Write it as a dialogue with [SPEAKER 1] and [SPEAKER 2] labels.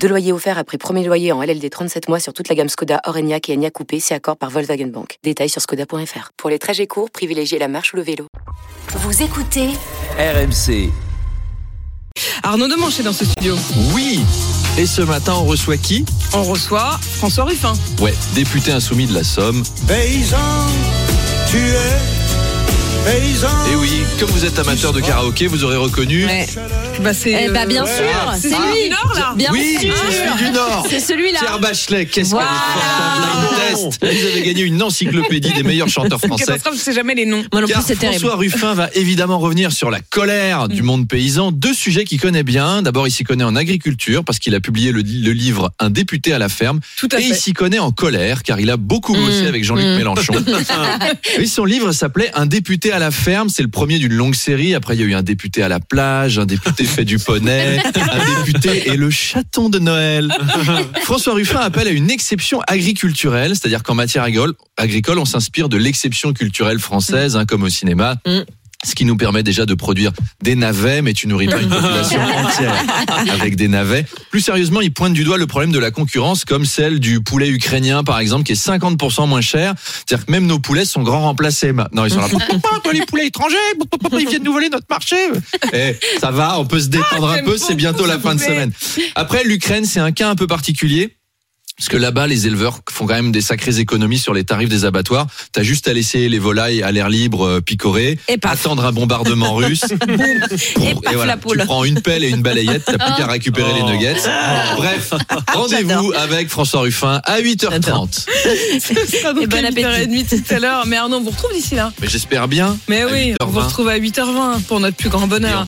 [SPEAKER 1] Deux loyers offerts après premier loyer en LLD 37 mois sur toute la gamme Skoda, Orenia et Enya Coupé, si accord par Volkswagen Bank. Détails sur skoda.fr. Pour les trajets courts, privilégiez la marche ou le vélo.
[SPEAKER 2] Vous écoutez
[SPEAKER 3] RMC.
[SPEAKER 4] Arnaud de Manche est dans ce studio.
[SPEAKER 5] Oui Et ce matin, on reçoit qui
[SPEAKER 4] On reçoit François Ruffin.
[SPEAKER 5] Ouais, député insoumis de la Somme.
[SPEAKER 6] Paysan, tu es paysan.
[SPEAKER 5] Et Eh oui, comme vous êtes amateur de karaoké, vous aurez reconnu.
[SPEAKER 4] Ouais. Bah c'est.
[SPEAKER 7] Eh bah bien sûr, c'est lui.
[SPEAKER 4] Nord là.
[SPEAKER 7] Bien
[SPEAKER 5] oui,
[SPEAKER 7] sûr.
[SPEAKER 5] je suis du Nord
[SPEAKER 7] C'est celui-là.
[SPEAKER 5] Pierre Bachelet, qu'est-ce qu'elle est
[SPEAKER 7] Voilà.
[SPEAKER 5] forte en blind test Vous avez gagné une encyclopédie des meilleurs chanteurs français.
[SPEAKER 4] Catastrophe, je sais jamais les noms.
[SPEAKER 7] Moi non
[SPEAKER 5] Car
[SPEAKER 7] plus, c'est terrible. Mm.
[SPEAKER 5] François Ruffin va évidemment revenir sur la colère du monde paysan, deux sujets qu'il connaît bien. D'abord, il s'y connaît en agriculture parce qu'il a publié le, le livre Un député à la ferme.
[SPEAKER 4] Tout à
[SPEAKER 5] et il
[SPEAKER 4] fait. Mm,
[SPEAKER 5] s'y connaît en colère car il a beaucoup bossé avec Jean-Luc Mélenchon. et son livre s'appelait Un député à la ferme. C'est le premier d'une longue série. Après, il y a eu un député à la plage, un député fait du poney, un député et le chaton de Noël. François Ruffin appelle à une exception agriculturelle, c'est-à-dire qu'en matière agricole, agricole, on s'inspire de l'exception culturelle française, hein, comme au cinéma.
[SPEAKER 7] Mm.
[SPEAKER 5] Ce qui nous permet déjà de produire des navets, mais tu nourris pas une population entière avec des navets. Plus sérieusement, il pointe du doigt le problème de la concurrence, comme celle du poulet ukrainien, par exemple, qui est 50% moins cher. C'est-à-dire que même nos poulets sont grands remplacés maintenant. Ils sont là, Pourquoi les poulets étrangers, Pourquoi ils viennent nous voler notre marché. Eh, ça va, on peut se détendre un
[SPEAKER 4] Ah, j'aime
[SPEAKER 5] peu, c'est
[SPEAKER 4] beaucoup
[SPEAKER 5] bientôt
[SPEAKER 4] ce
[SPEAKER 5] la fin de
[SPEAKER 4] poulet.
[SPEAKER 5] semaine. Après, l'Ukraine, c'est un cas un peu particulier. Parce que là-bas, les éleveurs font quand même des sacrées économies sur les tarifs des abattoirs. T'as juste à laisser les volailles à l'air libre euh, picorer,
[SPEAKER 4] Et paf.
[SPEAKER 5] attendre un bombardement russe. et
[SPEAKER 7] paf, la poule.
[SPEAKER 5] Tu prends une pelle et une balayette, t'as plus qu'à récupérer les nuggets. Bref, rendez-vous avec François Ruffin à 8h30.
[SPEAKER 4] Ce sera donc
[SPEAKER 7] Et bon
[SPEAKER 4] à 8 heures
[SPEAKER 7] appétit.
[SPEAKER 4] et bah, demie tout à l'heure. Mais Arnaud, on vous retrouve d'ici là.
[SPEAKER 5] Mais j'espère bien.
[SPEAKER 4] Mais
[SPEAKER 5] À
[SPEAKER 4] oui, on vous
[SPEAKER 5] 8h20.
[SPEAKER 4] retrouve à 8h20 pour notre plus grand
[SPEAKER 5] Et
[SPEAKER 4] bonheur.
[SPEAKER 5] on